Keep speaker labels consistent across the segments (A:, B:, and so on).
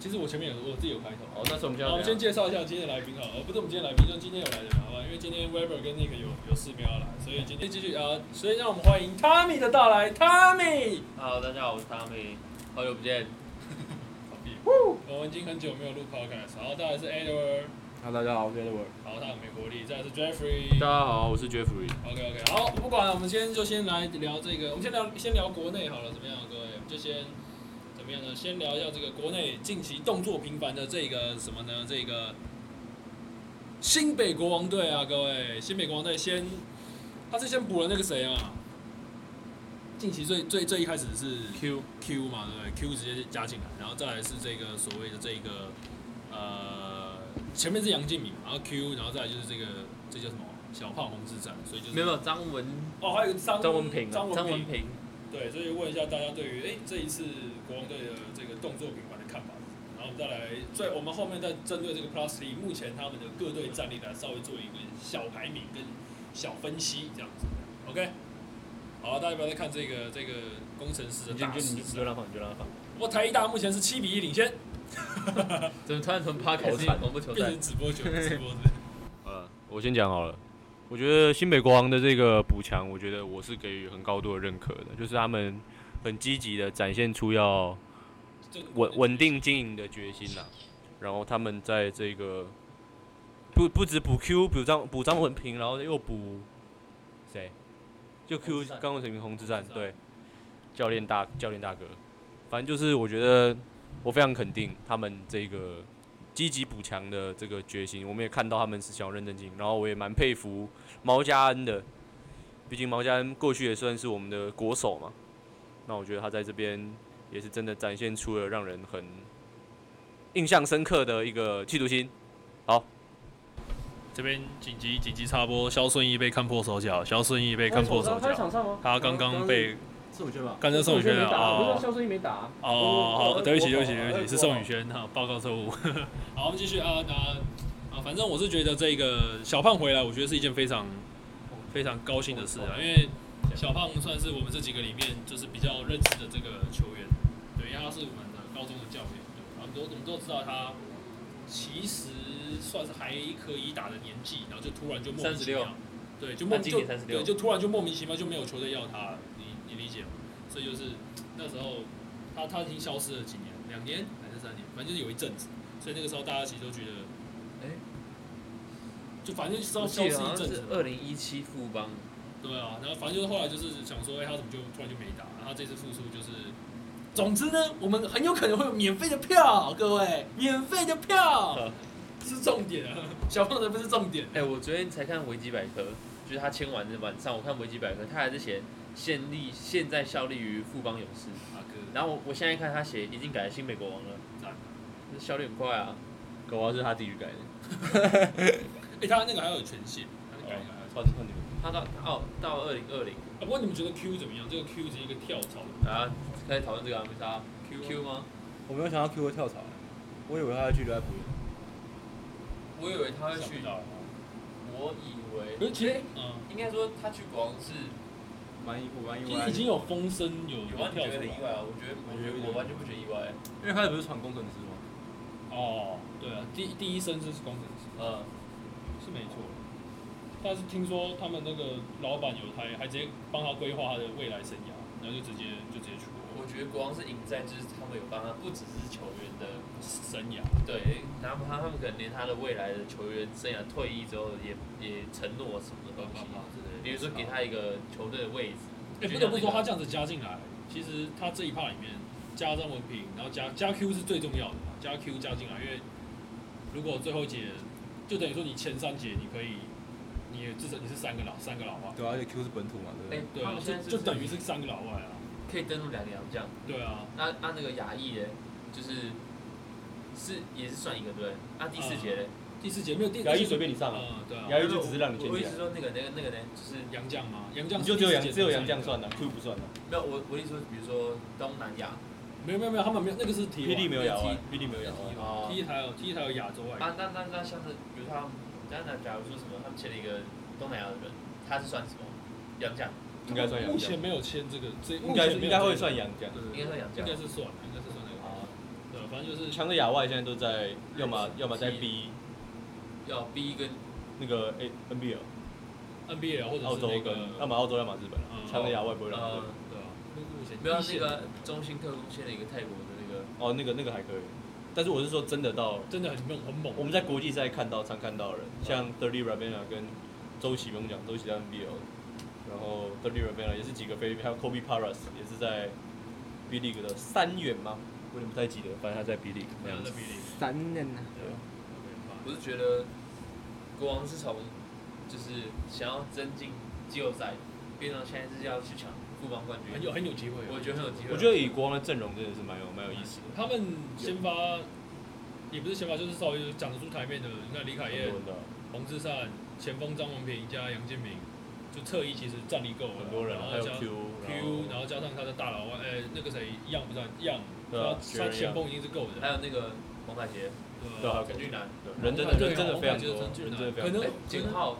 A: 其实我前面有我自己有开头，
B: 哦，那时候我们就
A: 好，我们
B: 要聊
A: 先介绍一下今天的来宾好了，呃不是我们今天的来宾，就是今天有来的人好吧？因为今天 Weber 跟那个有有事没有要来，所以今天继续呃，所以让我们欢迎 Tommy 的到来，Tommy。
B: Hello，大家好，我是汤米，好久不见。
A: 我们已经很久没有录 podcast，然后再来是 Edward，
C: 哈，大家好，我是 Edward。
A: 然后他有美国力，再来是 Jeffrey。
B: 家好，我是 Jeffrey。
A: OK OK，好，不管了，我们先就先来聊这个，我们先聊先聊国内好了，怎么样，各位？我们就先怎么样呢？先聊一下这个国内近期动作频繁的这个什么呢？这个新北国王队啊，各位，新北国王队先，他是先补了那个谁啊？近期最最最一开始是
B: Q
A: Q 嘛，对不对？Q 直接加进来，然后再来是这个所谓的这个呃，前面是杨敬敏，然后 Q，然后再来就是这个这叫什么小胖洪志展，所以就是
B: 没有张文
A: 哦，还有一个张
C: 张文平啊
A: 张
B: 张
A: 文
B: 文
A: 平
B: 平，
A: 对，所以问一下大家对于哎这一次国王队的这个动作频繁的看法，然后我们再来，所以我们后面再针对这个 Plus League 目前他们的各队战力来稍微做一个小排名跟小分析这样子，OK。好，大家不要再看这个这个工程
C: 你
A: 师的
C: 就
A: 大
C: 你就
A: 师
C: 你就让放，你就让放。
A: 我台一大目前是七比一领先，
B: 怎么突然从 p a r
C: 好
B: k a
C: 惨
B: 广播球
A: 变
B: 赛
A: 成？直播球 直播的。
D: 呃，我先讲好了。我觉得新北国王的这个补强，我觉得我是给予很高度的认可的，就是他们很积极的展现出要
A: 这个
D: 稳稳定经营的决心啦、然后他们在这个不不止补 Q，补张补张文平，然后又补谁？就
B: 洪
D: Q
B: 志善
D: 刚文平、洪志战
A: 洪志善
D: 对，教练大教练大哥，反正就是我觉得我非常肯定他们这个积极补强的这个决心，我们也看到他们是想要认真经营，然后我也蛮佩服毛家恩的，毕竟毛家恩过去也算是我们的国手嘛，那我觉得他在这边也是真的展现出了让人很印象深刻的一个企图心。
A: 这边紧急紧急插播，肖顺义被看破手脚，肖顺义被看破手脚，
C: 上吗
A: 他刚刚被
C: 是我觉得吧。
A: 刚才宋宇轩啊，
C: 肖顺义没打。
A: 哦，好，对不起，对不起，对不起，是宋宇。轩哈，报告错误。 好，我们继续啊，那啊，反正我是觉得这个小胖回来，我觉得是一件非常非常高兴的事啊，因为小胖算是我们这几个里面就是比较认识的这个球员，对，因为他是我们的高中的教练，对，我们都我们都知道他其实算是还可以打的年纪，然后就突然就莫名其妙
B: 36，
A: 对，就莫
B: 他今
A: 就
B: 年36
A: 对，就突然就莫名其妙就没有球队要他了，你你理解吗？所以就是那时候他他已经消失了几年，两年还是三年，反正就是有一阵子，所以那个时候大家其实都觉得，
B: 哎
A: 就反正就是
B: 我
A: 要
B: 记
A: 消失
B: 得好
A: 一
B: 像
A: 阵
B: 是
A: 子嘛，
B: 二零一七富邦，
A: 对啊，然后反正就是后来就是想说，哎、他怎么就突然就没打？然后这次复出就是，总之呢，我们很有可能会有免费的票，各位，免费的票是重点啊，小胖才不是重点。
B: 哎、我昨天才看维基百科，就是他签完的晚上，我看维基百科，他还是写现力现在效力于富邦勇士，
A: 大哥，
B: 然后我我现在看他写已经改新美国王了，
A: 赞
B: 那效率很快啊，
D: 狗王是他自己去改的，
A: 哎、他那个还有权限，他那个改一改还
B: 哦
A: 有权限
D: 换换你们。
B: 他到哦到二零二零
A: 啊，不过你们觉得 Q 怎么样？这个 Q 只是一个跳槽
B: 啊，开始讨论这个啊，没啥
A: Q
B: Q 吗？
C: 我没有想到 Q 会跳槽，我以为他要去留在浦原。
B: 我以为他会去
A: 去，到，
B: 我以为
A: 可是其实嗯，
B: 应该说他去国王是
C: 蛮意，我蛮
A: 其实已经有风声有
B: 有啊，你
A: 跳出
B: 觉得很意
A: 来
B: 外啊？我觉得，我觉得我完全不觉得意外。
C: 因为他不是传工程师吗？
A: 哦，对啊，第第一声就是工程师
B: 嗯，
A: 是没错，但是听说他们那个老板有还还直接帮他规划他的未来生涯，然后就直接就直接出国
B: 我觉得国王是赢在就是他们有帮他，不只是球员的
A: 生涯，
B: 对，然后他他们可能连他的未来的球员生涯退役之后也也承诺什么的
A: 哦
B: 东西，比如说给他一个球队的位置。
A: 哎、不得不说他这样子加进来，其实他这一 part 里面加张文平，然后加加 Q 是最重要的嘛，加 Q 加进来，因为如果最后一节就等于说你前三节你可以，你也至少你是三个老三个老外，
C: 对啊，而且 Q 是本土嘛，对不
B: 哎
C: 对？，
A: 对
B: 他
A: 啊，
B: 们现在
A: 就就等于是三个老外啊，
B: 可以登录两个洋将。
A: 对啊，
B: 那那那个亚裔的，就是是也是算一个对不对，那第四节嘞，
A: 第四节没有第
C: 亚裔随便你上啊，
A: 啊，对啊，
C: 嗯亚裔就只是让你
B: 我
C: 先
B: 我意
C: 进来，
B: 思说那个那个那个呢，就是
A: 杨将嘛，杨将
C: 你就只有
A: 第
C: 杨
A: 四节
C: 只有
A: 才
C: 杨
A: 上
C: 将算了，Q 不算了
B: 没有我我意思说，比如说东南亚
A: 没有没有没有，他们没有那个是 T
C: ，PD 没有亚完，PD 没有亚完，
B: 啊
A: T 一台有 T 一台有亚洲外
B: 啊，那那那像是比如说他们，那那假如说什么，他们签了一个东南亚的人，他是算什么？洋将，
C: 应该算
A: 援，
C: 杨
A: 目
C: 将
A: 前，没有签这个，这
C: 应该是应该会算
A: 亚，
C: 杨将。
A: 对
B: 应该算洋
A: 应
B: 将
A: 该。是算，应该是算那个，
C: 哦
B: 啊，
A: 对，反正就是
C: 强的亚外现在都在，
A: 嗯
C: 要么要么在 B
B: 要 B 跟
C: 那个哎 A NBL
A: NBA 啊或者
C: 澳
A: 是
C: 洲
A: 那
C: 跟
A: 个，，
C: 要么澳洲要么日本啊
A: 嗯，
C: 强的亚外不会让日
B: 呃
C: 本。，
A: 对啊，目前
B: 没有那个中兴特工签了一个泰国的那个，
C: 哦，那个那个还可以，但是我是说真的到
A: 真的很猛很猛，
C: 我们在国际赛看到常看到的人，像 Dirty Rabena 跟周琦，不用讲，周琦在 NBL，然后 Dirty Rabena 也是几个菲律宾，还有 Kobe Paras 也是在 B League 的三元吗？我有点不太记得，反正他在 B League 这
A: 没有
C: 样
A: 在
C: 子。
A: 比例，
E: 三人啊，
A: 对啊
B: 我是觉得国王是从就是想要增进季后赛，变成现在是要去抢副帮冠
A: 很
B: 军，
A: 有很有机会啊，
B: 我觉得很有机会。
C: 我觉得以国王的阵容真的是蛮有蛮有意思的，
A: 他们先发也不是先发，就是稍微讲得出台面的，你看李凯
C: 很
A: 燕
C: 多、人的
A: 洪志善、前锋张文平加杨建明，就侧翼其实战力够了，
C: 很多人啊，还有
A: 然后加
C: Q
A: Q，然后加上他的大佬外，呃，那个谁样不算样，
C: 对啊
A: 他他前锋已经是够
B: 还
A: 的，
B: 有那个黄凯杰、
A: 对
C: 对
A: 啊
C: 啊，
B: 陈俊南、
C: 人真的人真的非常多，
A: 对啊
C: 人真的非
A: 可
C: 常多
A: 能，
B: 哎简浩，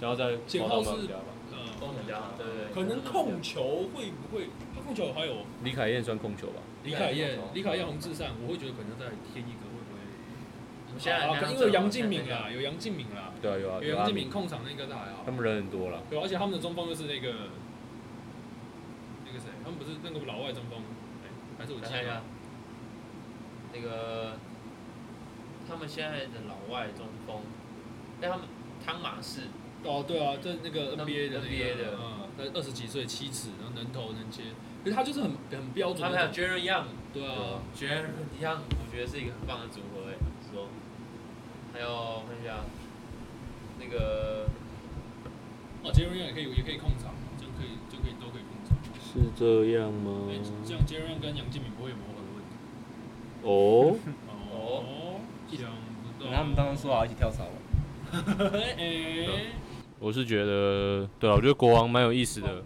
C: 然后再
A: 简浩
C: 跑到
A: 是
C: 曼加吧。
A: 呃，
B: 都很加，对对对。
A: 可能控球会不会？他控球还有
D: 李凯燕算控球吧？
A: 李凯燕、李凯燕、洪志善，我会觉得可能再添一个会不会？
B: 我们现在
A: 啊，可能因为杨敬敏啦，，有杨敬敏啦，
D: 对啊，有啊，
A: 有
D: 有
A: 杨
D: 阿
A: 敬
D: 明
A: 敏，控场那个还好
D: 他。们人很多了。
A: 对，而且他们的中锋就是那个那个谁，他们不是那个老外中锋，哎，还是我
B: 我
A: 记
B: 想一
A: 得
B: 下，那个他们现在的老外中锋，但他们汤马士，
A: 哦，对啊，在那个
B: 他们
A: NBA 的那
B: NBA
A: 个
B: 的，
A: 嗯，那二十几岁七尺，然后能投能切，可是他就是很很标准
B: 他们还
A: 那
B: 有
A: 种，
B: Jerry Young，
A: 对啊，
B: Jerry Young，我觉得是一个很棒的组合哎，说，还有我看一下那个
A: 哦，Jerry 也可以也可以控场，就可以就可以都可以控场，
D: 是这样
A: 因
D: 吗
A: 为这样 Jerry 跟杨敬敏不会有磨合的问题。
D: 哦，
A: 哦，想不
D: 啊
A: 到，
E: 他们当时说好一起跳槽嘛，
A: 哎，
D: 我是觉得，对啊，我觉得国王蛮有意思的。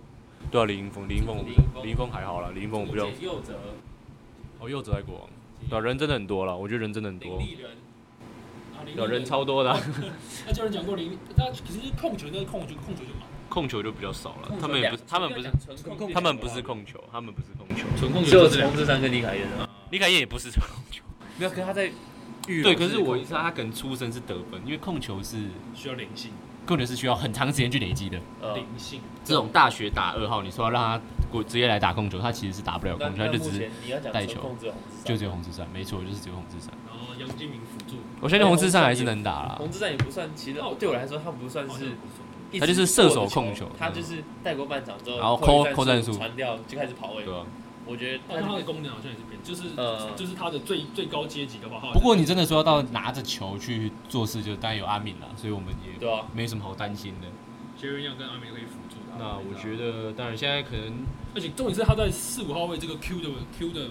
D: 对啊，李云峰，李云峰，
B: 李云峰
D: 李云峰还好啦，李云峰我不知道。
B: 右泽，
D: 哦，柚子在国王，对啊，人真的很多啦，我觉得人真的很
B: 林
D: 多，
B: 立人，
D: 对啊，人超多的啊，
A: 那教练讲过零，他其实控球那个控球控球就嘛，
D: 控球就比较少了
A: 控。球
D: 他们也不是，他们不是，
B: 纯
E: 控
B: 控，
D: 他们不是控球，他们不是控球。
A: 纯控
B: 只有
A: 这
B: 洪志山跟李凯燕啊，
D: 李凯燕也不是控球。
E: 没有，可是他在育
D: 对，可是我意思，他可能出身是得分，因为控球是
A: 需要灵性，
D: 控球是需要很长时间去累积的。
B: 呃
A: 灵性。
D: 这种大学打二号，你说要让他过职业来打控球，他其实是打不了
B: 那
D: 控球，他
B: 那目
D: 就只是
B: 前你要讲
D: 带
B: 纯
D: 球
B: 控只有洪志山，
D: 就只有洪志善，没错，就是只有洪志善。
A: 然后杨金明辅助，
D: 我相信洪志善还是能打啦，
B: 洪志善也不算，其实哦对我来说，他不算是一直
D: 哦他就是射手控球
B: 过的他就是带过半场之后，
D: 然后
B: 扣
D: 扣
B: 战
D: 扣战术
B: 传掉就开始跑位
D: 对。啊。
B: 我觉得
A: 但哦
B: 他
A: 他的
B: 这个
A: 功能好像也是变，就是
B: 呃
A: 就是他的最最高阶级的话，
D: 不过你真的说要到拿着球去做事，就当然有阿敏啦，所以我们也
B: 对啊，
D: 没什么好担心的。
A: 杰瑞要跟阿梅可以辅助他。
D: 那我觉，得，当然现在可能
A: 而且重点是他在四五号位这个 Q 的 Q 的直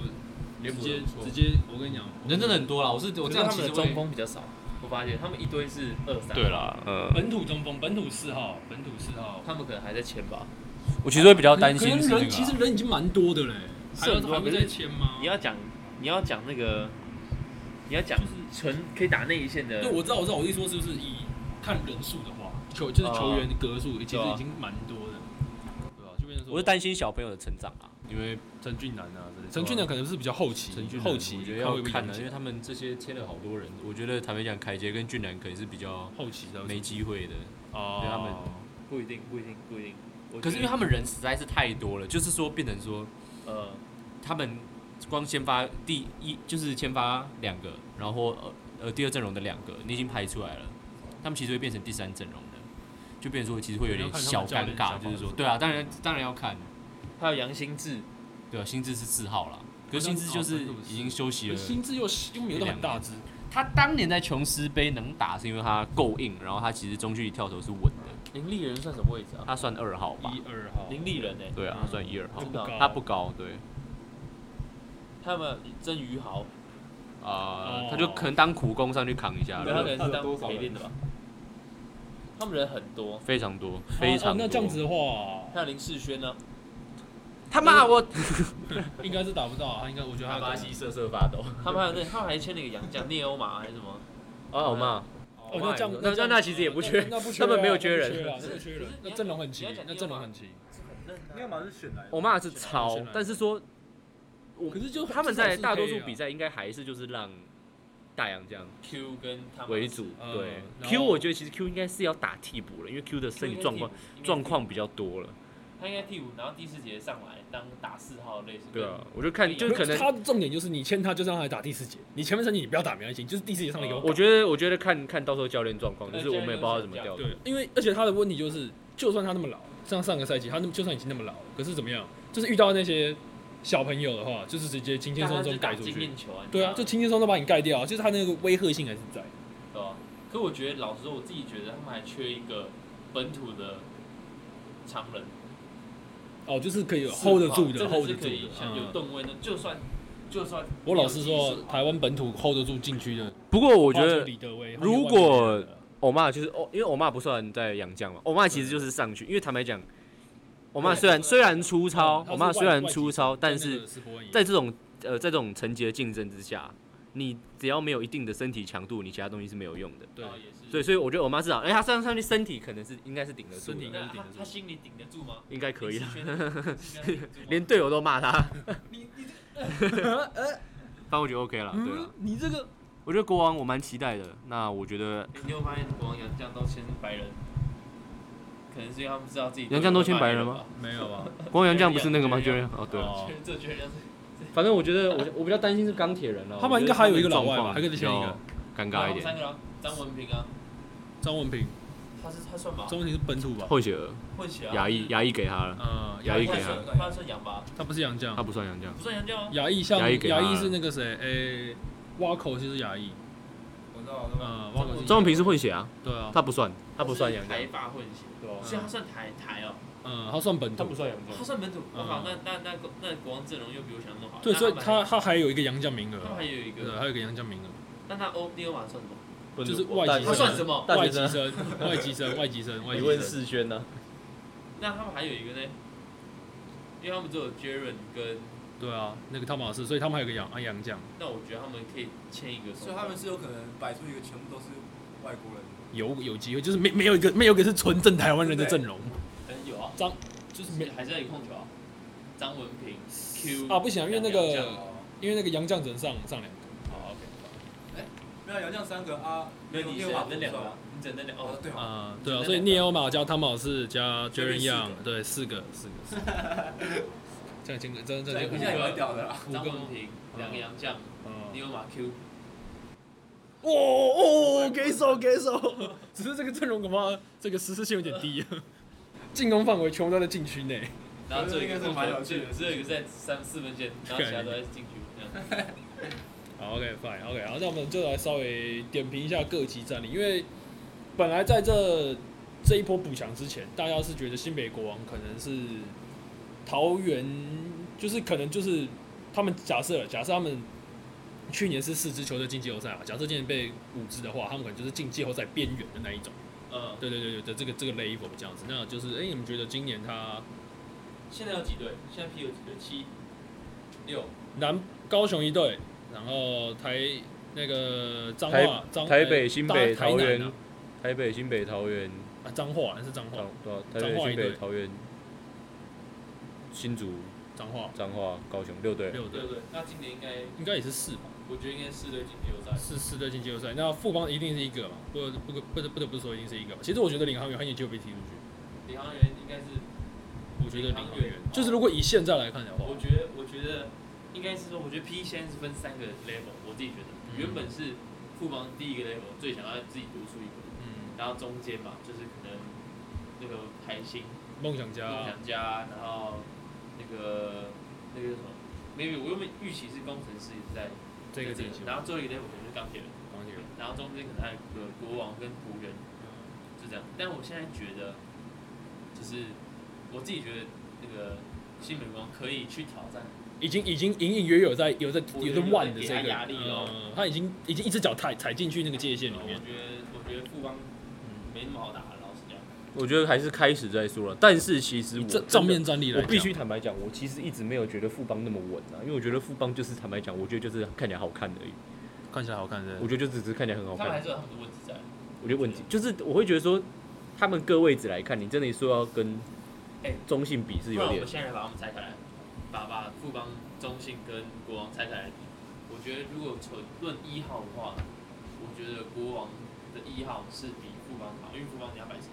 D: 连补
A: 接
D: 得不错
A: 直接，我跟你讲，
D: 人真的很多啦，我是我
B: 我
D: 这
B: 知道
D: 样
B: 他
D: 其
B: 们
D: 实
B: 的中
D: 会
B: 锋比较少，我发现他们一堆是二三，
D: 对，啦，嗯，
A: 本土中锋，本土四号，本土四号。
B: 他们可能还在签吧。
D: 我其实会比较
A: 可
D: 担心
A: 可
D: 是
A: 是
D: 那个
A: 人其实
D: 啊，
A: 人已经蛮多的嘞，还
B: 是
A: 要
B: 很多
A: 还会
B: 可是
A: 再签吗？
B: 你要讲，你要讲那个，你要讲纯可以打内线的
A: 对，，我知道，我知道，我一说是不是以看人数的话，球
D: 啊
A: 就是球员格数，其实已经蛮多的。对啊，就变成说
D: 我是担心小朋友的成长啊，因为
A: 陈俊南啊之类的，陈俊南可能是比较后期，
D: 陈俊南
A: 后期
D: 我觉得
A: 看
D: 要
A: 会不会
D: 看
A: 养
D: 的，
A: 起
D: 因为
A: 来
D: 他们这些签了好多人，我觉得坦白讲，凯杰跟俊南可能是比较
A: 后期的
D: 没机会的。
A: 哦
D: 对他们
B: 不一定，不一定，不一定。我觉得
D: 可是因为他们人实在是太多了，就是说变成说
B: 呃，
D: 他们光先发第一就是先发两个，然后呃呃第二阵容的两个你已经排出来了，他们其实会变成第三阵容的，就变成说其实会有点小
A: 你要看他
D: 尴
A: 们教练
D: 尬，
A: 想法
D: 就是
A: 是
D: 说
A: 什么
D: 对啊，当然当然要看，
B: 还有杨兴志，
D: 对啊，薪资是四号啦，可是
A: 好像
D: 薪资就是
A: 哦
D: 已经休息了。
A: 心智又又没有到很大只，
D: 他当年在琼斯杯能打是因为他够硬，然后他其实中距离跳投是稳的，
B: 林立人算什么位置啊？
D: 他算二号吧，
A: 一嗯二号，
B: 林立人哎，
D: 对啊，他算一二号
B: 真，的啊
A: 高
D: 他不高，对，
B: 他们曾宇豪，
D: 啊
A: 哦，
D: 他就可能当苦工上去扛一下，
B: 他可能是
C: 他有多
B: 当
C: 少
B: 陪
C: 人
B: 练的吧？他们人很多，
D: 非常多，非
A: 哦
D: 常
A: 那
D: 多。
A: 这样子的话，
B: 像林世轩呢，
D: 他骂我，
A: 应该是打不到啊，他应该我觉得
B: 他
A: 他
B: 巴西瑟瑟发抖。他们还有那，他们还签了一个洋将聂欧马还是什么？
D: 哦，我骂，
A: 哦，那这样
D: 那
A: 这样
D: 那其实也不缺
A: 那那不缺啊，
D: 他们没有
A: 那不
D: 缺人
A: 啦那不缺人
B: 可是，
A: 那阵容很齐
B: 你要，讲
A: 那阵容很齐。
E: 那
D: 啊
E: 马是选来
D: 我骂是超
A: 选来，
D: 但是说我
A: 可是啊就
D: 他们在大多数比
A: 赛，
D: 赛应该还是就是让大洋这样
B: Q 跟他们
D: 为主，
A: 嗯
D: 对
A: 然后
D: Q 我觉得其实 Q 应该是要打替补了，因为 Q 的身体状况状，况比较多了，
B: 他应该替补，然后第四节上来当打四号类似。
D: 对啊，我就看就是可能
A: 他的重点就是你签他就是让他打第四节，你前面三节你不要打没关系，就是第四节上来给我打。
D: 哦我觉得，我觉得看看到时候教练状况，
B: 对
D: 就是我们也不知道怎么调整。
A: 对，因为而且他的问题就是，就算他那么老，像上个赛季他那么就算已经那么老了，可是怎么样，就是遇到那些小朋友的话，就是直接轻轻松松
B: 打
A: 盖出
B: 经
A: 去
B: 验。球啊，你知
A: 对啊
B: 道，吗
A: 就轻轻松松把你盖掉，啊就是他那个威吓性还是在。
B: 对啊。可我觉得老实说，我自己觉得他们还缺一个本土的常人
A: 哦，就是可以 hold 得住的
B: 真
A: ，hold
B: 是
A: 得
B: 可
A: 住
B: 以
A: 的。
B: 像有
A: 嗯，
B: 动位的，就算就算
A: 我老实
B: 没有
A: 说
B: 技术，
A: 台湾本土 hold 得住禁区的，
D: 不过我
A: 我
D: 觉得
A: 李德威。
D: 如果欧骂就是欧，因为欧骂不算在洋将嘛，欧骂其实就是上去，因为坦白讲，欧骂虽然虽然粗糙，欧骂虽然粗糙，但是在这种呃在这种层级的竞争之下，你只要没有一定的身体强度，你其他东西是没有用的。
A: 对
B: 哦也是
D: 对，所以我觉得欧骂至少，哎，他上上去身体可能是应该是顶得住
A: 身体
D: 的，
A: 应该
B: 那
A: 是顶
B: 他
A: 得住
B: 啊他心里顶得住吗？
D: 应该可以
B: 了
D: 了。，
B: 连
D: 连队友都骂 他，呃但我觉得 OK
A: 啊
D: 了，对了。
A: 你这个
D: 我觉得国王我蛮期待的，那我觉得
B: 你有发现国王杨将都签白人，可能是因为他们知道自己
D: 洋将都签白人吗
B: 吧？
A: 没有啊吧？
D: 光阳将不是那个吗？就
B: 就是是
D: 哦，对了，
A: 哦
B: 确 这确认是
D: 反正我觉得我我比较担心是钢铁人啊了
A: 他们应该还有一个老外吧还可以再签一个，
D: 尴尬一
B: 三
D: 点。
B: 个啊，张文平啊，
A: 张文平，
B: 他是他算吧，
A: 张文平是本土吧？
D: 混血儿，
B: 混血啊，
D: 牙医牙哦医给他了，
A: 嗯，
D: 亚裔
B: 他
D: 给
B: 算
D: 他，
B: 他算洋吧，
A: 他不是洋将
D: 他，不算洋将
B: 不，算洋将啊，
A: 亚裔像
D: 亚裔给他
A: 亚裔是那个谁，诶、挖口就是亚裔，
E: 我知道，我知道。
A: 嗯，挖口是
D: 张文平是混血啊，
A: 对啊，
D: 他不算，他不算
B: 是
D: 洋将
B: 台，法混血，
C: 对啊
B: 所以他算台台哦，
A: 嗯，他算本
C: 他
A: 土
C: 不，算洋将
B: 他，算本土，我靠，那
A: 嗯
B: 那那国那国王阵容又比我想象中好，
A: 对，
B: 那
A: 所以
B: 们
A: 他
B: 还
A: 他还有一个洋将名
B: 他们还
A: 额，
B: 有一
A: 对，啊
B: 个，
A: 还有一个洋将名额，
B: 那那欧尼欧马算什么？
C: 本
A: 就
C: 土
A: 是
C: 国
A: 外籍
B: 他
A: 生
B: 算什么？
C: 大
A: 外
C: 学
A: 籍
C: 生啊
A: 生，外籍生，外籍生，外
C: 你
A: 籍
C: 问
A: 生，
C: 世轩呢？
B: 那他们还有一个呢，因为他们只有 Jaren 跟，
A: 对啊，那个汤马斯，所以他们还有个洋啊洋将，
B: 那我觉得他们可以签一个，
E: 所以他们是有可能摆出一个全部都是外国人。
A: 有有机会，就是没没有一个没有一个是纯正台湾人的阵容，
B: 可能有啊，
A: 就是没
B: 是还是在控球啊，张文平 Q
A: 啊不行啊因为那个
B: 两洋将
E: 哦。
A: 因为那个洋将只能上上两个，
B: 好 OK，
E: 没有，杨绛三个啊，
B: 没有你只
E: 六
B: 能
E: 啊，
B: 那两个啊，你只能那两
E: 哦
B: 哦，
E: 对啊，
A: 啊、对啊，
B: 那
A: 所以
B: 两个
A: 聂欧马加汤马斯加 j
E: 这
A: e r y
E: 边四个
A: Young，对，四个四个，四个这样签个，这样这样签
E: 对，我
A: 个
E: 现在也蛮屌的啦。
A: 五
B: 张
A: 个
B: 文平两个洋将，
A: 嗯
B: 尼欧马 Q，
A: 哦哦，给手给手， 只是这个阵容恐怕这个实施性有点低，啊进攻范围全部都在禁区内。
B: 然后最后一
E: 这
B: 个
E: 个是蛮有
B: 只
E: 趣的
B: 有只有一个在三四分线，然后其他都在禁区这样。
A: 好，OK fine OK，好，那我们就来稍微点评一下各级战力，因为本来在这这一波补强之前，大家是觉得新北国王可能是桃园，就是可能就是他们假设假设他们去年是四支球队进季后赛啊，假设今年被五支的话，他们可能就是进季后赛边缘的那一种。
B: 嗯，
A: 对对对对的这个这个 level 这样子，那就是哎、你们觉得今年他
B: 现在有几队？现在 P 有几队？七、六。
A: 南高雄一队，然后台那个彰
D: 台
A: 化、彰呃
D: 台北、新北、
A: 大台
D: 桃
A: 南
D: 园
A: 啊，
D: 台北、新北、桃园，
A: 啊彰化还是彰化
D: 彰对啊台
A: 彰化
D: 北、
A: 一
D: 新北、
A: 队
D: 桃园、新竹、
A: 彰化
D: 彰化、高雄六队，
A: 六
B: 对
A: 队
B: 不，对？那今年应该，
A: 应该也是四吧，
B: 我觉得应该四队进季后赛。
A: 四四队进季后赛，那富邦一定是一个嘛，不不不不得不得不说一定是一个嘛。其实我觉得领航员很有机会被踢出去，
B: 领航员应该是，
A: 我觉得领
B: 领
A: 航
B: 航员
A: 员就是如果以现在来看的话
B: 我，觉得，我觉得应该是说，我觉得 P 现在是分三个 level，我自己觉得，
A: 嗯
B: 原本是富邦第一个 level 最想要自己独树一格，
A: 嗯，
B: 然后中间嘛，就是可能那个海星、
A: 梦想
B: 梦
A: 家
B: 想家，然后那个那个叫什么？maybe 我原本预期是工程师也是在
A: 这个
B: 在
A: 进行，
B: 然后最后一个 level 可能是钢铁人。
A: 钢铁人，
B: 然后中间可能还有个国王跟仆人，就这样。但我现在觉得，就是我自己觉得那个新美光可以去挑战
A: 已经已经隐隐约约有在有在
B: 我
A: 有
B: 觉
A: 在
B: 得
A: 万的
B: 给
A: 这
B: 他
A: 个
B: 压力了
A: 嗯他已经已经一只脚踩踩进去那个界限里
B: 我
A: 面。
B: 觉得我觉得富邦没那么好打了，老实讲。
D: 我觉得还是开始再说了。但是其实我
A: 正
D: 真的
A: 正面战力来
D: 我
A: 讲，
D: 必须坦白讲，我其实一直没有觉得富邦那么稳啊，因为我觉得富邦就是坦白讲，我觉得就是看起来好看而已。
A: 看起来好看是不
D: 我
A: 是。
D: 觉得就只是看起来很好
B: 他们还
D: 看。
B: 是有他们的问题在。
D: 我觉得问题就是我会觉得说，他们各位置来看，你真的说要跟
B: 哎
D: 中性比
B: 不
D: 是有
B: 然我
D: 点
B: 们现在把他们拆开来，把把富邦、中信跟国王拆开来比，我觉得如果纯论一号的话，我觉得国王的一号是比富邦好，因为富邦加百谁，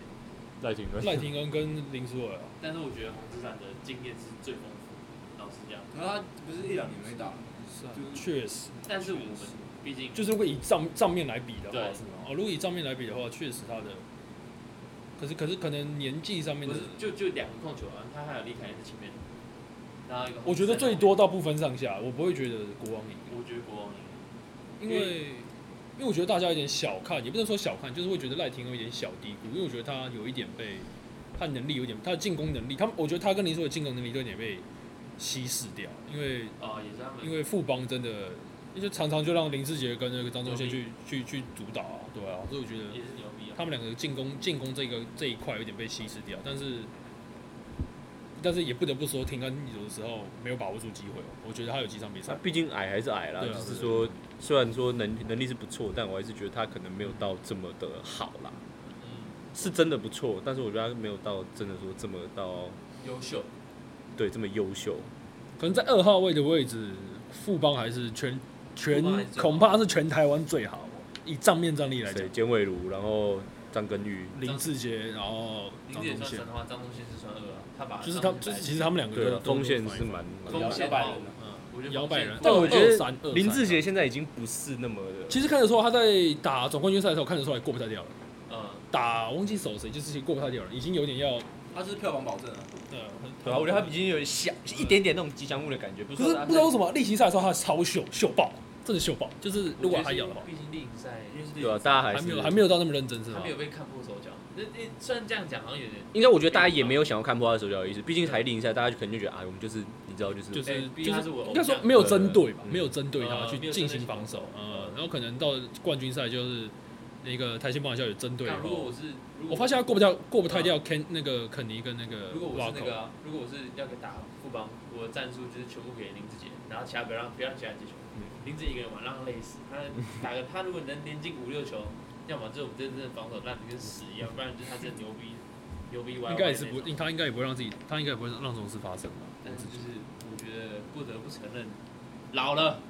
D: 赖廷
A: 赖 廷恩跟林书伟啊，
B: 但是我觉得洪志展的经验是最丰富的，老实讲。
E: 可是他不是一两年没打，
A: 是
E: 啊
A: 确实，
B: 但是我们毕竟
A: 就是如果以账账面来比的话
B: 对
A: 是吗？哦，如果以账面来比的话，确实他的，可是可是可能年纪上面
B: 不
A: 的
B: 是，就就两个控球啊，他还有李凯恩在前面，然后一个洪
A: 我觉
B: 志
A: 得
B: 展
A: 最，多到不分上下，我不会觉得国王赢。
B: 我觉得国王赢。
A: 因为因为我觉得大家有点小看，也不能说小看，就是会觉得赖廷恩有点小低估，因为我觉得他有一点被他能力有点，他的进攻能力，他我觉得他跟林书伟进攻能力都有点被稀释掉，因为
B: 哦，也是他们，
A: 因为富邦真的，就常常就让林志杰跟那个张忠宪去去去主导啊，对啊，所以我觉得
B: 也是牛逼啊。
A: 他们两个进攻进攻这个这一块有点被稀释掉，但是但是也不得不说，廷恩有的时候没有把握住机会哦，我觉得他有几场比
D: 他
A: 赛，
D: 毕竟矮还是矮啦，
A: 对
D: 就
A: 啊
D: 是
A: 对啊
D: 说虽然说能能力是不错，但我还是觉得他可能没有到这么的好啦。
B: 嗯，
D: 是真的不错，但是我觉得他没有到真的说这么到
B: 优秀，
D: 对这么优秀。
A: 可能在二号位的位置，富邦还是全全
B: 富邦还是最好
A: 恐怕是全台湾最好哦，以账面战力来讲
D: 谁？，简伟如，然后张根玉，
A: 林志杰，然后
B: 林
A: 张
B: 志也
A: 忠
B: 算
A: 宪
B: 三，的话，张忠宪是算二啊，他把
A: 就是他
B: 张
A: 就
B: 忠宪
A: 是其实他们两个
D: 对
A: 都
D: 啊，
A: 都
D: 锋线
A: 都
D: 是蛮蛮
B: 攻
E: 摇
B: 陷
E: 摇摆人
B: 哦
E: 啊
B: 嗯，我觉得
A: 摇摆人，
D: 但我觉
B: 哦
D: 得
A: 23
D: 林志杰，现在已经不是那么的，
A: 其实看得出来他在打总冠军赛的时候看得出来过不太掉了，
B: 嗯，
A: 打忘记手谁就是过不太掉了，已经有点要
E: 他是票房保证啊。
A: 呃，
D: 对啊，我觉得他已经有点小一点点那种吉祥物的感觉，不
A: 可是
D: 说
A: 不知道为什么例行赛的时候他超呃秀秀爆，真的秀爆，就是如果他咬的 话，
B: 毕竟另一赛，因为是
D: 对啊，大家还
A: 还
D: 是
A: 没有还没有到那么认真是
B: 他
A: 吧
B: 没？有被看破手脚。那那虽然这样讲好像有点，
D: 应该我觉得大家也没有想要看破他的手脚的意思，毕竟台另一赛大家就可能就觉得啊，我们就是你知道就是
A: 就
B: 哎
A: 是
B: 毕
A: 就
B: 竟他
A: 是
B: 是我偶
A: 应
B: 像
A: 该说没有针对吧，
D: 嗯
A: 没有针对他
B: 呃
A: 去
B: 没有针对
A: 进行防守，呃，然后可能到冠军赛就是那个台新棒球有针对
B: 那如果我
A: 后，
B: 是，如果
A: 我发现他过不掉过不太掉 Ken 那个肯尼跟那个
B: 如果我是那
A: Rocco
B: 个啊，如果我是要给打副帮，我的战术就是全部给林志杰，然后其他不要让不要让其他人接球，
A: 嗯
B: 林志杰一个人玩让他累死。 他打个他如果能连进五六球，要么就是我们真正防守烂的跟屎一样，不然就是他真的牛逼牛逼歪歪。
A: 应该也是不，他应该也不会让自己，他应该也不会让这种事发生吧？
B: 但是就是我觉得不得不承认，老了，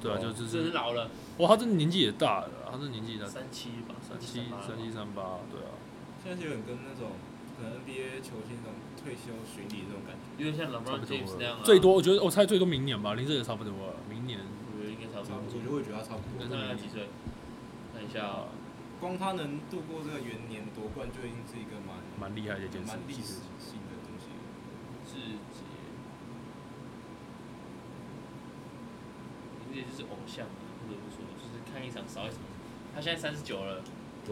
A: 对啊，
D: 哦
A: 就
B: 真
A: 就
B: 的
A: 是
B: 老了，
A: 哇，哦他这年纪也大了，他这年纪大，
B: 三七吧，
A: 三七
B: 八吧
A: 三七三八，对啊。
E: 现在就很跟那种可能 NBA 球星那种退休巡礼这种感觉。
B: 有点像
A: 差
B: LeBron
A: 不多
B: James 那样啊，
A: 最多我觉得我猜最多明年吧，林志也差不多了，明年
B: 我觉得应该差
E: 差
B: 不
E: 不
B: 多
E: 多，。就会觉得他差不
B: 那嗯
E: 多。嗯
B: 他才几岁？看一下哦，
E: 光他能度过这个元年夺冠，就已经是一个蛮
A: 蛮厉害的一件事
E: 蛮历
A: 情。
E: 史性的东西了。
B: 志杰，林志杰就是偶像啊，不得不说，就是看一场少一场。他现在三十九了，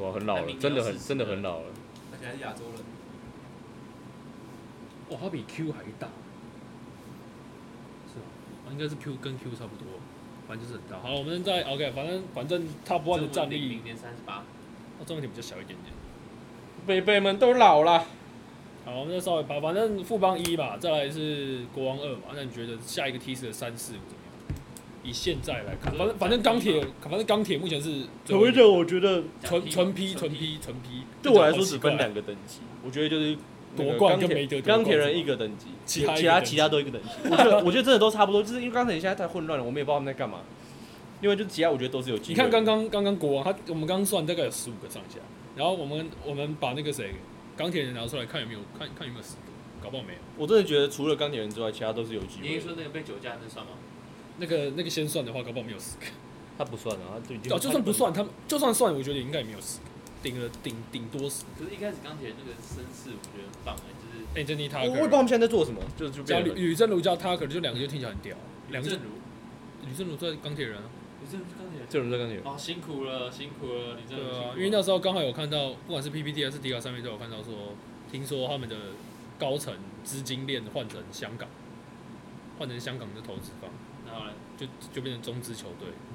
D: 哇啊很老了，真的很真的很老了。
E: 而且还是亚洲人，
A: 哇，他比 Q 还大，是啊，啊应该是 Q 跟 Q 差不多，反正就是很大。好，我们在 OK，反正反正 Top One 的战
B: 郑文鼎
A: 力
B: 明，年三十八，
A: 哦，中文点比较小一点点。
D: 贝贝们都老了，
A: 好，我们再稍微把，反正富邦一嘛，再来是国王二嘛。那你觉得下一个梯次的三四五怎么样？以现在来看，反正反正钢铁，反正钢铁目前是最后一
D: 我
A: 名
D: 这我觉得
A: 纯纯 P
B: 纯
A: 纯 P 纯 P，
D: 对我来说只
A: 只分
D: 分
A: 两。
D: 两个等级，我觉得就是那个
A: 夺冠
D: 钢铁
A: 跟没得夺冠
D: 钢铁人一个等级，
A: 其他一个
D: 其
A: 等级
D: 他其他都一个等级。我觉得我觉得真的都差不多，就是因为钢铁人现在太混乱了，我们也不知道他们在干嘛。另外就是其他我觉得都是有
A: 你
D: 机会。
A: 看刚刚刚刚国王，他我们刚刚算大概有十五个上下，然后我们我们把那个谁钢铁人拿出来看有没有看看有没有十个，搞不好没有。
D: 我真的觉得除了钢铁人之外，其他都是有机
B: 你是
D: 会
B: 说
D: 的。
B: 那个被酒驾那算吗？
A: 那个那个先算的话，搞不好没有十个。
D: 他不算啊，他就已经
A: 哦，就算不，算，他们就算算，我觉得应该也没有十个，顶了顶顶多十。
B: 可是，一开始钢铁那个绅士，我觉得很棒哎、就是
A: 哎，珍妮塔
D: 我我也不知道他们现在在做什么，就就
A: 加
D: 变
A: 啊吕
D: 成
A: 吕正如加他，可能就两个就听起来很屌，两
B: 梁
A: 个就
B: 正如，
A: 吕正如在钢铁人啊，
B: 你正如是钢铁人，
D: 这种在钢铁人。
B: 哦，辛苦了，辛苦了，你
A: 对
B: 正如辛苦
A: 啊
B: 了，，
A: 因为那时候刚好有看到，不管是 PPT 还是迪卡上面都有看到说，听说他们的高层资金链换成香港，换成香港的投资方，
B: 然后呢？
A: 就就变成中资球队。
B: 啊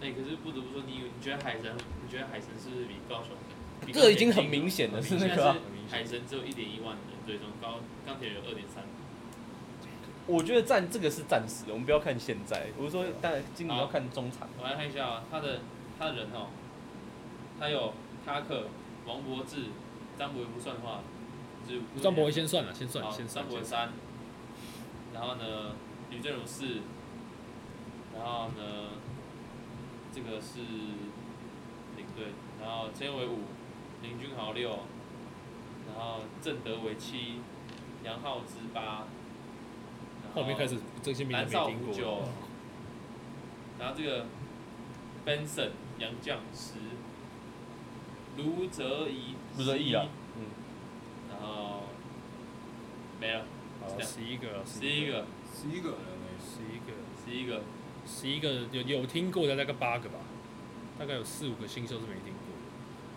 B: 哎、可是不得不说，你你觉得海神，你觉得海神是不是比高雄？比
D: 这已经很
B: 钢铁
D: 明显了，
B: 更
D: 是
B: 近
D: 那
B: 现
D: 个、
B: 在
D: 啊
B: 是。海神只有一点一万人追踪，高钢铁人二点三。
D: 我觉得暂这个是暂时的，我们不要看现在。我是说，当然今年
B: 好
D: 要看中场。
B: 我来看一下啊，他的他的人哦，他有塔克、王柏志、张博文不算的话，就是
A: 张博维先算了，先算
B: 好，
A: 先算
B: 张。博
A: 先
B: 文
A: 算
B: 三，然后呢，吕振荣四，然后呢，这个是领队，然后陈伟五，林君豪六，然后郑德伟七，杨浩之八，然
A: 后面开始这些名字
B: 蓝
A: 没
B: 少
A: 听
B: 虎
A: 过
B: 九。，然后这个 Benson 杨绛石，卢泽怡，
D: 卢泽义啊，嗯，
B: 然后没了，
A: 好十一个，
B: 十一，个，
E: 十一个人而已
A: 十一个，
B: 十一个，
A: 十一个有有听过的大概八个吧，大概有四五个新秀是没听过的，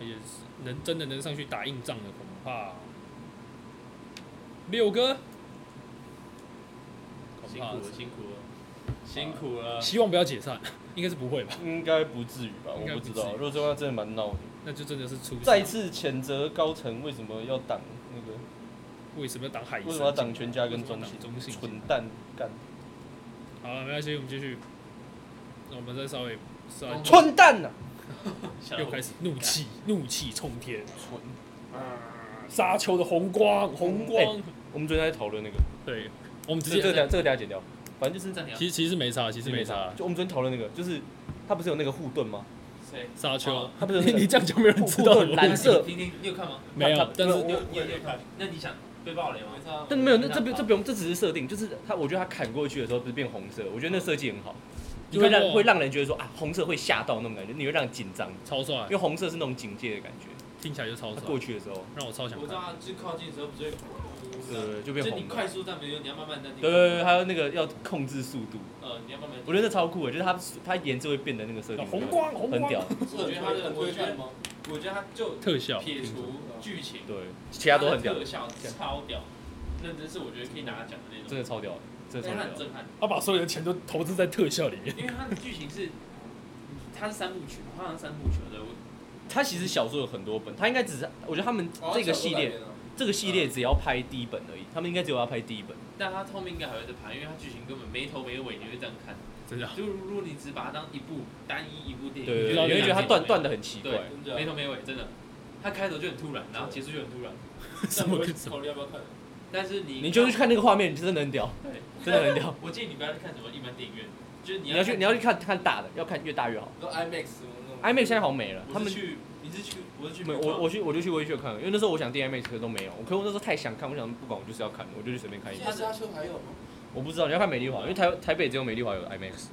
A: 而且是能真的能上去打硬仗的恐怕六个，恐
B: 辛
A: 怕
B: 苦了，辛苦了，辛苦
D: 啊
B: 了，
A: 希望不要解散，应该是不会吧？
D: 应该不至于吧？
A: 应
D: 我
A: 该不
D: 不
A: 至于
D: 知道，若中央真的蛮闹的。
A: 那就真的是出事
D: 再一次谴责高层为什么要挡那个，
A: 为什么要挡海神？
D: 为什么要挡全家跟中
A: 为什么
D: 信
A: 要？挡中信？
D: 蠢蛋干，
A: 好了，没关系，我们继续。那我们再稍微稍微
D: 蠢蛋呐、啊
B: 下
A: 又
B: 楼
A: 开始怒气，怒气冲天，
D: 蠢！
A: 沙丘的红光，红光。
F: 我们昨天在讨论那个，
A: 对，我们直
D: 哎这这
A: 接
D: 个等下这个等下剪掉，反正就是
B: 是暂停啊，
A: 其实其实没差，其实没
D: 差
A: 差
D: 啊。。就我们昨天讨论那个，就是他不是有那个护盾吗？
B: 谁？
A: 沙丘
B: 哦，
D: 他不是有
A: 你
D: 那
A: 你
D: 个
A: 这样就没有人知道
D: 互动
A: 了。
D: 蓝色
B: 听听，你有看吗？
A: 没
D: 他
A: 有
D: 他，
A: 但是
D: 我
B: 你有你有你有看？那你想被爆雷吗？
D: 但没有，那这不这不用，这只是设定，就是他，我觉得他砍过去的时候不是变红色，我觉得那设计很好，
A: 你
D: 就会
A: 看
D: 让
A: 过哎
D: 会让人觉得说啊，红色会吓到那种感觉，你会让人紧张，
A: 超帅
D: 因，为红色是那种警戒的感觉。
A: 听起来就超
D: 他
A: 帅，
D: 过去的时候，
A: 让我超想
B: 我知
A: 看。
B: 道，啊就靠近的时候不是会，
D: 呃，就
B: 就
D: 变
B: 是你
D: 红
B: 快
D: 的。
B: 速但没有，你要慢慢的，
D: 对对对，还有那个要控制速度，
B: 呃，你要慢慢。
D: 我觉得那超酷的，就是它它颜色会变的那个设定，
A: 哦红光，红
D: 很屌
A: 光，。
B: 我觉得他的，我觉得
E: 吗？
B: 我觉得他就
A: 特效，
B: 撇除剧情，
D: 对，其他都很屌
B: 它的，特效超屌，那真是我觉得可以拿奖的那
D: 真
B: 种，
D: 的超屌，
B: 因
D: 真的
B: 为它
D: 超
B: 很
D: 屌。
B: 震撼，
A: 他把所有的钱都投资在特效里面。
B: 因为它的剧情是，它是三部曲，它好像三部曲的，我
D: 他其实小说有很多本，他应该只是，我觉得他们
E: 哦
D: 这个系列，这个系列只要拍第一本而已，他们应该只有要拍第一本。
B: 但它后面应该还会再拍，因为它剧情根本没头没尾，你会这样看，
A: 真的，
B: 就如果你只把它当一部单一一部电影，
D: 对，
A: 知
D: 你
A: 道
D: 会觉得它断断
B: 的，
D: 的很奇怪。
B: 对，没头没尾，真的，它开头就很突然，然后结束就很突然，
A: 什么什么？
B: 虑要不要看？但是你
D: 你就是去看那个画面，你真的很屌，
B: 对，
D: 真的很屌。
B: 我建议你不要去看什么一般电影院，就是你
D: 你
B: 要
D: 要去
B: 看
D: 你要去看看大的，要看越大越好。
E: 都 IMAX 那
D: IMAX 现在好像没了，他
B: 我是
D: 们
B: 去，你是去，我是去
D: 没有
B: 美
D: 我
B: 创
D: 我去我就去微秀看了，因为那时候我想订 IMAX 可都没有，我可我那时候太想看，我想不管我就是要看，我就去随便看一
E: 现
D: 部
E: 在。沙丘还有吗？
D: 我不知道你要看美丽华，因为台台北只有美丽华有 IMAX，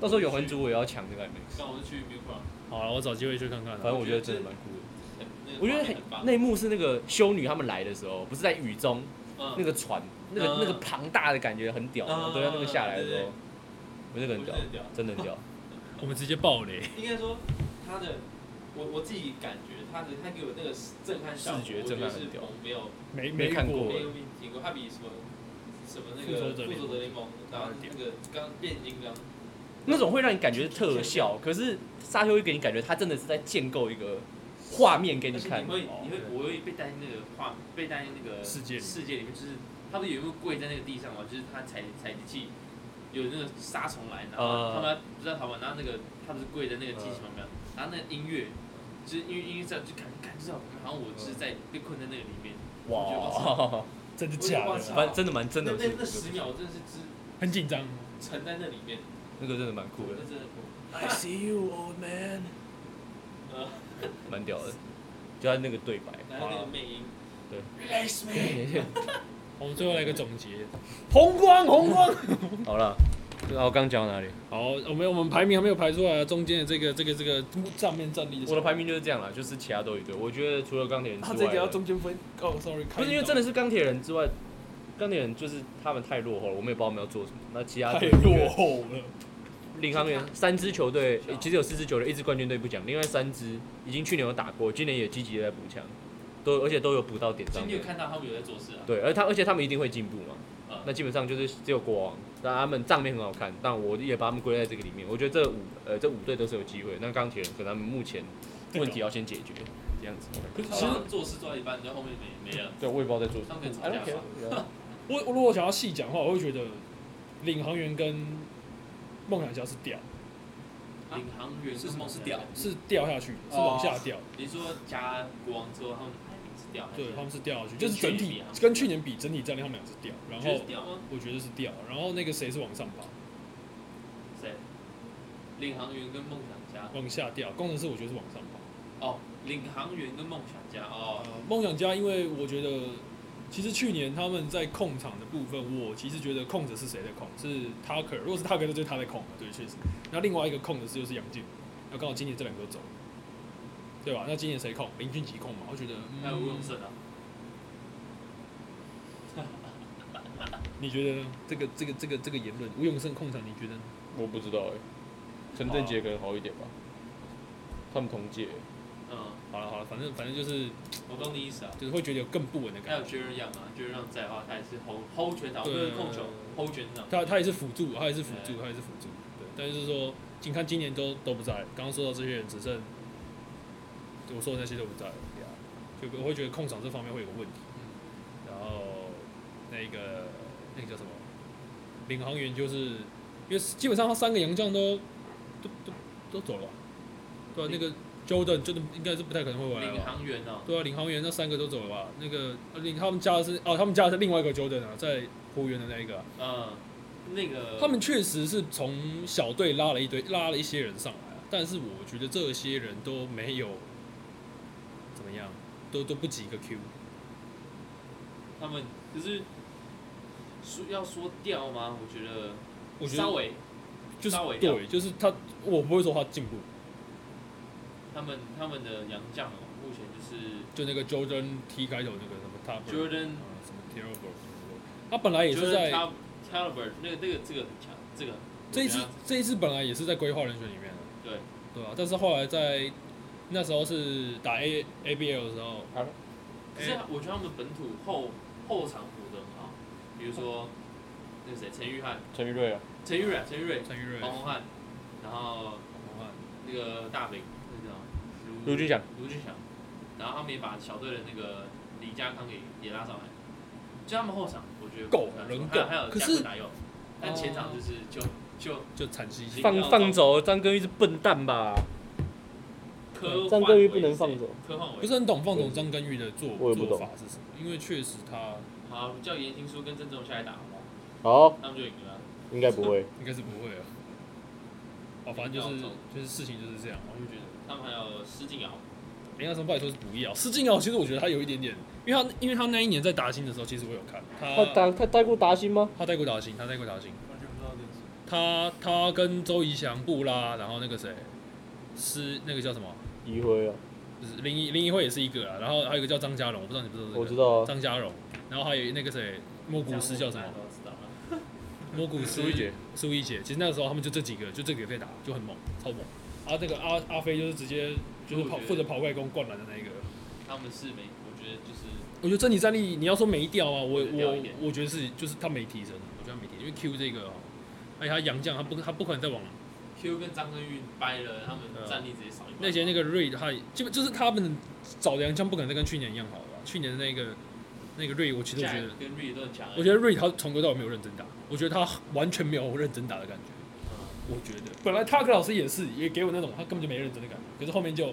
D: 到时候永恒族我也要抢这个 IMAX，
B: 像我是去 m i l
A: 好了，我找机会去看看
D: 反
A: 了。
D: 正我觉得真的蛮酷的。
B: 我
D: 我觉
B: 觉
D: 得
B: 得
D: 很
B: 很棒。
D: 那一幕是那个修女他们来的时候，不是在雨中
B: 嗯
D: 那个船，那个
B: 嗯
D: 那个庞大的感觉很屌，
B: 嗯
D: 对，啊那个下来的时
B: 对
D: 候
B: 对，
D: 我那个很屌
B: 我觉得很屌，
D: 真的很屌。
A: 我们直接爆雷。
B: 应该说他的，我我自己感觉他的他给我那个震撼效果，
D: 视觉
B: 我
D: 震撼
B: 觉得是
D: 很屌
B: 我没有
A: 没
D: 没看过
B: 没有没听过，他比什么什么那
A: 复
B: 个
A: 仇者联盟
B: 复仇者联盟，然后那个刚变形金刚，
D: 那种会让你感觉特效，可是沙丘会给你感觉它真的是在建构一个画面给你
B: 而且
D: 看
B: 你。会
A: 哦
B: 你会
A: 对
B: 我会被带进那个画，被带进那个
A: 世界里
B: 世界里面，就是他们有一个跪在那个地上嘛，就是他采采集器。有那个杀虫来，然后
D: 呃
B: 他们不知道逃跑，然后那个他不是跪在那个机器旁边，然后那个音乐，就是因为音乐这样就感觉感觉到，好像我就是在被困在那个里面，
D: 哇，
A: 真的
B: 我觉
A: 假
B: 得哇
A: 的？
B: 塞
D: 反正真的蛮真
B: 那
D: 的
B: 那那
D: 是
B: 十秒真的是只
A: 很紧张。
B: 沉在那里面，
D: 那个真的蛮酷
B: 那
D: 的，
B: 真的不
F: I see you, old man。
B: 呃，
D: 蛮屌的，就他那个对白。
B: 然后那个魅影，
A: 我们最后来一个总结，红光，红光。
D: 好了，然后刚讲到哪里？
A: 好，我们我们排名还没有排出来啊，中间的这个这个这个账面战力
D: 我的排名就是这样了，就是其他都一堆。我觉得除了钢铁人之外，
A: 间分哦，sorry，
D: 不是因为真的是钢铁人之外，钢铁人就是他们太落后了，我们也不知道我们要做什么。那其他
A: 太
D: 队
A: 落后了，
D: 领航员三支球队，诶其实有四支球队，一支冠军队不讲，另外三支已经去年有打过，今年也积极的在补强，都而且都有补到点
B: 所
D: 上
B: 以你
D: 面
B: 有。看到他们有在做事啊？呃
D: 对，而他而且他们一定会进步嘛，
A: 嗯
D: 那基本上就是只有国王，那他们账面很好看，但我也把他们归在这个里面。我觉得这五呃这五队都是有机会，那钢铁人可能他们目前问题要先解决，这样子。
B: 其实做事做到一半，你在后面没没了，
D: 对，我也不知道在做什
B: 他
D: 么
B: 们可能吵架吧。
A: 我我如果想要细讲的话，我会觉得领航员跟梦想家是掉，
B: 啊领航员
C: 是什么
B: 梦想
C: 是屌
B: 家
A: 是掉下去，是往下掉。
B: 你说加国王之后，他们排名是掉还是？
A: 对，他们是掉下去，就
B: 跟
A: 是整
B: 去年
A: 体
B: 比啊
A: 跟去年比，整体战力他们俩是掉。然
B: 你
A: 后
B: 觉得是掉吗？
A: 我觉得是掉，然后那个谁是往上爬，
B: 谁？领航员跟梦想家
A: 往下掉。工程师我觉得是往上爬。
B: 哦，领航员跟梦想家哦，
A: 呃梦想家，因为我觉得其实去年他们在控场的部分，我其实觉得控着是谁在控，是 Tucker。如果是 Tucker，那就是他在控了，对，确实。那另外一个控的是就是杨靖，那刚好今年这两个都走了，对吧？那今年谁控？林俊杰控嘛？我觉得，嗯
B: 还有吴永胜啊，
A: 你觉得呢？这个这个这个这个言论，吴永胜控场，你觉得呢？
C: 我不知道哎、陈振杰可能好一点吧，他们同届，
B: 嗯，
A: 好了好了，反正反正就是
B: 我懂你意思啊。
A: 就是会觉得有更不稳的
B: 还有
A: 感觉。
B: Jaren y o 啊，Jaren y o 在的话，他也是 hold hold 全场，就
A: 对
B: 是控球 hold 全场。
A: 他他也是辅助，他也是辅助，
B: 哎
A: 他也是辅助。对，但是说，你看今年都都不在，刚刚说到这些人只剩，我说的那些都不在了，
B: 啊
A: 就我会觉得控场这方面会有个问题。
B: 嗯
A: 然后那个那个叫什么，领航员就是，因为基本上他三个洋将都都都都走了，对啊，那个 Jordan 真的应该是不太可能会回来
B: 领
A: 吧。
B: 航员哦，
A: 对啊，领航员那三个都走了吧？那个呃领他们加的是哦，他们加的是另外一个 Jordan 啊，在湖员的那一个啊、
B: 嗯，那个
A: 他们确实是从小队拉了一堆，拉了一些人上来啊，但是我觉得这些人都没有怎么样，都都不及一个 Q。
B: 他们就是说要说掉吗？我觉得
A: 我觉
B: 稍
A: 得
B: 微
A: 就是
B: 稍微掉
A: 对，就是他，我不会说他进步，
B: 他们他们的洋将哦，目前就是
A: 就那个 Jordan T 开头那个什么 t a p p e r
B: Jordan
A: 什么 t e r r b l e 他本来也是
B: Jordan
A: 在
B: Tal- Talbert 那个那个这个很强，这个
A: 这一
B: 我
A: 次
B: 觉得
A: 这一次本来也是在规划人选里面的，
B: 对
A: 对吧、但是后来在那时候是打 A A B L 的时候，
B: 可
A: 哎
B: 是我觉得他们本土后后场补得很好，比如说那个谁陈玉翰、
C: 陈玉瑞啊，
B: 陈玉蕊、陈玉蕊、
A: 陈玉瑞、
B: 黄
A: 黄
B: 宏汉，然后
A: 宏汉
B: 那个大饼，那个叫卢
D: 卢俊祥，
B: 卢俊祥，然后他们也把小队的那个李家康给也拉上来，就他们后场我觉得
A: 够
B: 不错
A: 人
B: 还有
A: 够
B: 还有
A: 可
B: 加
A: 是哦
B: 布达佑，但前场就是就就
A: 就惨兮兮。
D: 放放走张根玉是笨蛋吧？
B: 科
C: 张
B: 根
C: 根玉不能放走，
B: 科幻
A: 不
B: 为
A: 是很懂放总张根玉的做
C: 我也不
A: 做
C: 懂
A: 法是什么，因为确实他
B: 好叫严新书跟郑仲下来打好不好？
C: 好，
B: 他们就赢了啊。
C: 应该不会。
A: 应该是不会啊。哦，反正就是
B: 闹钟
A: 就是事情就是这样，哦我就觉得
B: 他们还有施晋尧，
A: 林亚松拜托是不要。施晋尧其实我觉得他有一点点，因为他因为他那一年在达兴的时候，其实我有看
C: 他
A: 他
C: 打他带过达兴吗？
A: 他带过达兴，他带过达兴，
E: 完全不知道这件事。
A: 他他跟周怡翔、布拉，然后那个谁是那个叫什么，
C: 一辉啊，
A: 就是林一林一慧也是一个啊，然后还有一个叫张家荣，我不知道你知不知道、这个，
C: 我知道啊，
A: 张家荣，然后还有那个谁莫古斯叫什么
B: 大家？都知道了。
A: 蘑菇师
D: 苏一杰，
A: 苏一杰，其实那个时候他们就这几个，就这几个在打，就很猛，超猛。啊，那个阿阿飞就是直接就是跑
B: 我觉得
A: 负责跑外攻灌篮的那一个。
B: 他们是没，我觉得就是
A: 我觉得整体战力，你要说没掉啊，我
B: 有掉一
A: 我
B: 点
A: 我觉得是就是他没提升，啊我觉得他没提升，因为 Q 这个、哦，而且他洋将他不他不可能再往
B: Q 跟张根玉掰了，他们
A: 对啊
B: 战力直接少一半。
A: 那些那个瑞他基本就是他们找的洋将不可能再跟去年一样好了吧。去年的那个那个瑞，我其实我觉得
B: Jack 跟 r e 都很强欸。
A: 我觉得瑞他从头到尾没有认真打，我觉得他完全没有认真打的感觉。
B: 嗯
A: 我觉得本来 Tucker 老师也是，也给我那种他根本就没认真的感觉，可是后面就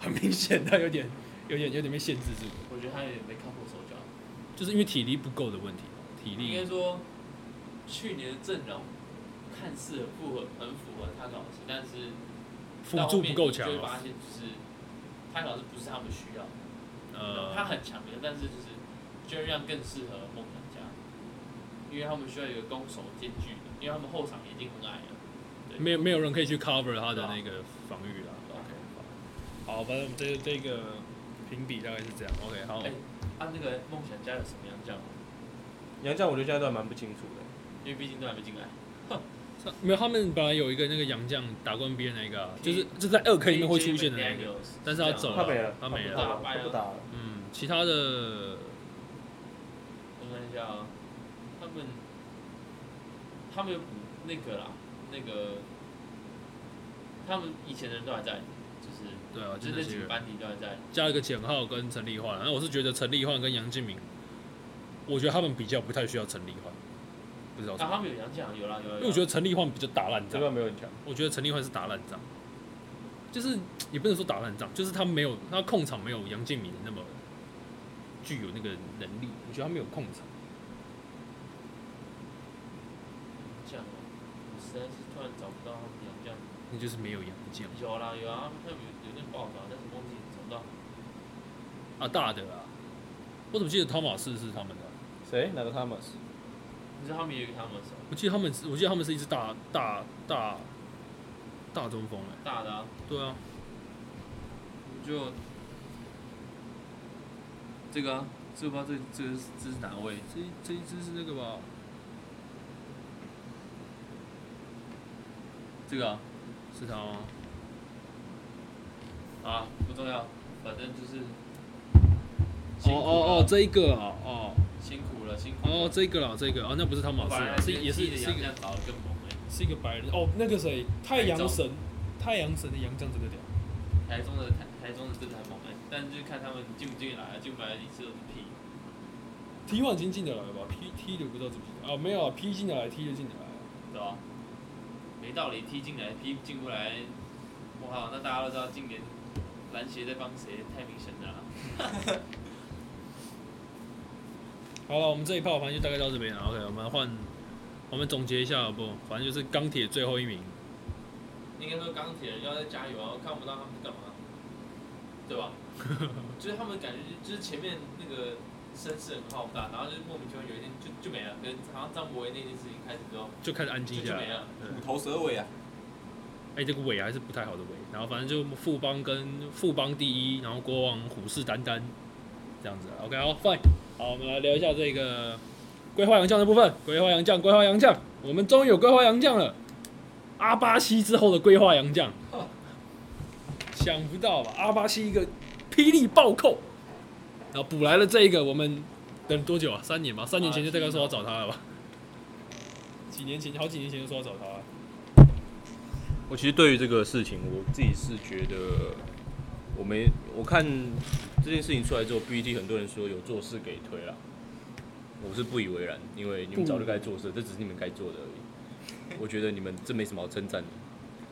A: 很明显他有点、有点、有点被限制住，
B: 我觉得他也没靠过手脚。
A: 就是因为体力不够的问题，体
B: 应该
A: 力
B: 说，去年的阵容看似很符合，很符合他老师，但是
A: 辅
B: 到后
A: 助
B: 面
A: 不够强
B: 就会
A: 啊
B: 发现就是他老师不是他们需要的，他
A: 呃，
B: 很强的，但是就是就让更适合梦想家，因为他们需要有一个攻守兼具的，因为他们后场已经很矮了。
A: 没有没有人可以去 cover 他的那个防御啦。OK，好，好反正我们这这个评比大概是这样。OK，好
B: 哎，啊，那个梦想家有什么样将？
C: 杨绛我觉得现在都还蛮不清楚的，
B: 因为毕竟都还没进来，
A: 没有他们本来有一个那个洋将打冠边那个啊，就是就在二 K 里面会出现的那个，
B: 个，
A: 但是他走
C: 他没了，
A: 呃他没
C: 不
A: 了
C: 打他不打了，
A: 嗯，其他的
B: 我看一下啊，他他们他们有补那个啦，那个他们以前的人都还在，就是
A: 对啊，就
B: 就
A: 那
B: 那
A: 些
B: 几个
A: 人
B: 班底都还在。
A: 加一个简浩跟陈立焕，然后我是觉得陈立焕跟杨敬敏，我觉得他们比较不太需要陈立焕，不知道为什
B: 啊，
A: 么，
B: 他们有杨绛，有啦有啦。
A: 因为我觉得陈立焕比较打烂
C: 这
A: 仗，
C: 边没有很强，
A: 我觉得陈立焕是打烂仗，就是也不能说打烂仗，就是他没有他控场没有杨敬敏那么具有那个能力，我觉得他没有控场。
B: 绛，我实在是突然找不到他们杨绛。
A: 那就是没有杨绛
B: 有啦有啊，他们有有那个报道，但是我忘记找不到。
A: 啊，大的啊，我怎么记得汤马士是他们的啊？
C: 谁？哪个 Thomas？
B: 你知道他们也有一个他们的手
A: 我记得他们是，我记得他们是一支大大大大中锋哎、
B: 大的啊，
A: 对啊，
B: 就这个啊，这不知道这这这是哪位？
A: 这一这一支是那个吧？
B: 这个啊。
A: 是他吗？
B: 啊，不重要，反正就是
A: 哦
B: 辛苦了
A: 哦哦，这一个啊，哦
B: 辛苦了，辛苦了。
A: 哦，这个啦，这个啊，那不是汤马
B: 我
A: 士
B: 反
A: 啊
B: 而，
A: 是也是
B: 替
A: 是
B: 杨
A: 一个
B: 绛找的更猛哎、
A: 是一个白人哦，那个谁，太阳
B: 台
A: 神，太阳神的杨绛真的屌，
B: 台中的台台中的真的很猛哎、但就是看他们进不进来啊，进不来一次都是屁。
A: 踢完已经进得来了吧？P T 的不知道怎么进啊，没有啊，P 进得来，T 就进得来了，
B: 对吧、没道理，踢进来，踢进不来，我靠，那大家都知道今年篮协在帮谁，太明显了啊、
A: 好了，我们这一炮反正就大概到这边了，OK，我啊们换，我们总结一下好不好？反正就是钢铁最后一名，
B: 应该说钢铁人要再加油啊！我看不到他们干嘛，对 吧？就是他们感觉就是前面那个声势很浩大，然后就是莫名其妙有一天就就没了，跟好像张博维那件事情开始之后
A: 就开始安
B: 就
A: 静
B: 就
A: 下来
B: 没。了。
A: 对
E: 虎头蛇尾啊，
A: 哎、这个尾还是不太好的尾。然后反正就富邦跟富邦第一，然后国王虎视眈眈这样子。OK，好，fine。好，我们来聊一下这个规划洋将的部分。规划洋将，规划洋将，我们终于有规划洋将了。阿巴西之后的规划洋将，想不到吧？阿巴西一个霹雳暴扣，然后补来了这一个，我们等多久啊？三年吧，三年前就大概说要找他了吧？几年前，好几年前就说要找他了。
D: 我其实对于这个事情，我自己是觉得，我没我看这件事情出来之后，BT 很多人说有做事给推了，我是不以为然，因为你们早就该做事，这只是你们该做的而已。我觉得你们这没什么好称赞的，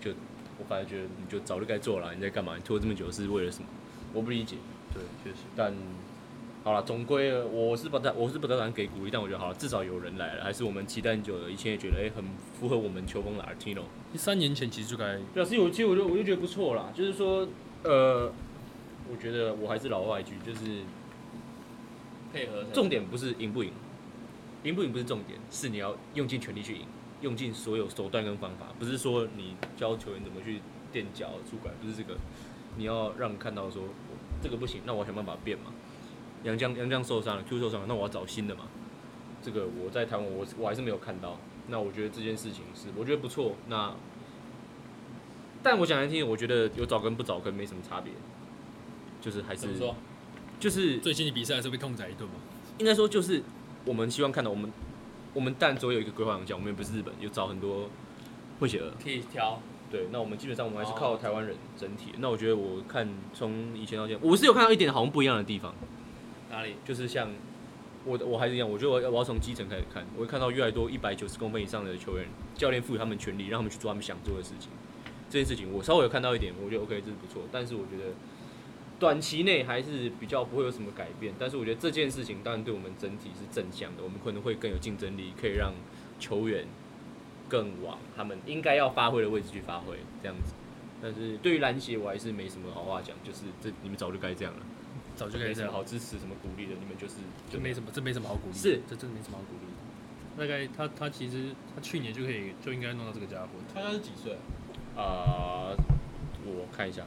D: 就我反而觉得你就早就该做了，你在干嘛？你拖这么久是为了什么？我不理解。
C: 对，确实。
D: 但好了，总归我是不太我是不太敢给鼓励，但我觉得好了，至少有人来了，还是我们期待很久的，以前也觉得哎、很符合我们球风的 Artino。
A: 三年前其实就该
D: 对啊，所以我其实我就我就觉得不错啦，就是说，呃，我觉得我还是老话一句，就是
B: 配合才是
D: 重点不是赢不赢，赢不赢不是重点，是你要用尽全力去赢，用尽所有手段跟方法，不是说你教球员怎么去垫脚、出拐，不是这个，你要让看到说我这个不行，那我要想办法变嘛。杨绛杨绛受伤了，Q 受伤了，那我要找新的嘛。这个我在台湾我我还是没有看到，那我觉得这件事情是我觉得不错，那。但我讲来听，我觉得有找跟不找跟没什么差别，就是还是
B: 怎么说？
D: 就是
A: 最近的比赛还是被痛宰一顿嘛。
D: 应该说就是我们希望看到我们我们但总有一个规划洋将，我们也不是日本，有找很多会写的。
B: 可以挑，
D: 对，那我们基本上我们还是
B: 哦
D: 靠台湾人整体。那我觉得我看从以前到现在，我是有看到一点好像不一样的地方，
B: 哪里？
D: 就是像我我还是一样，我觉得我要我要从基层开始看，我会看到越来越多一百九十公分以上的球员，教练赋予他们权利，让他们去做他们想做的事情。这件事情我稍微有看到一点，我觉得 OK，这是不错。但是我觉得短期内还是比较不会有什么改变。但是我觉得这件事情当然对我们整体是正向的，我们可能会更有竞争力，可以让球员更往他们应该要发挥的位置去发挥，这样子。但是对于篮协，我还是没什么好话讲，就是这你们早就该这样了，
A: 早就该
D: 哦没
A: 这
D: 什么
A: 样，
D: 好支持、什么鼓励的，你们就是
A: 这没什么，这没什么好鼓励，
D: 是
A: 这真的没什么好鼓励。大概他他其实他去年就可以就应该弄到这个家伙，
C: 他现在是几岁啊？
D: 啊、我看一下，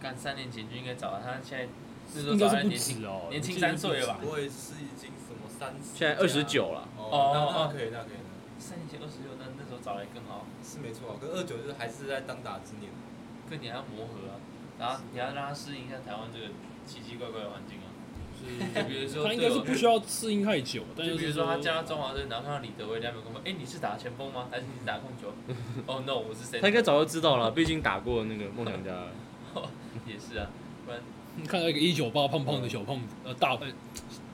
B: 干三年前就应该找他，他现在那时候
A: 应该
B: 找
A: 是
B: 他
A: 不
B: 年轻
A: 止哦，
B: 年
A: 我
B: 轻
A: 记得
B: 三岁了吧
A: 不止
E: 我也是已经什么三十，
D: 现在二十，九了，
E: 哦，那那可以，那可以，
B: 三年前二十六，那那时候找来更好，
E: 是没错啊，跟二九就是还是在当打之年，
B: 跟你还要磨合啊，然后你要让他适应一下台湾这个奇奇怪怪的环境啊。
E: 是
B: 就比如说
A: 他应该是
B: 对我
A: 不需要适应太久，但
B: 就是比如说
A: 说
B: 他加到中华队，然后看到李德威在那边跟我们，哎、你是打前锋吗？还是你是打控球？哦、no，我是谁？
D: 他应该早就知道了，毕竟打过那个梦想家了。
B: 也是啊，不然
A: 看到一个一九八胖胖的小胖子，呃，大呃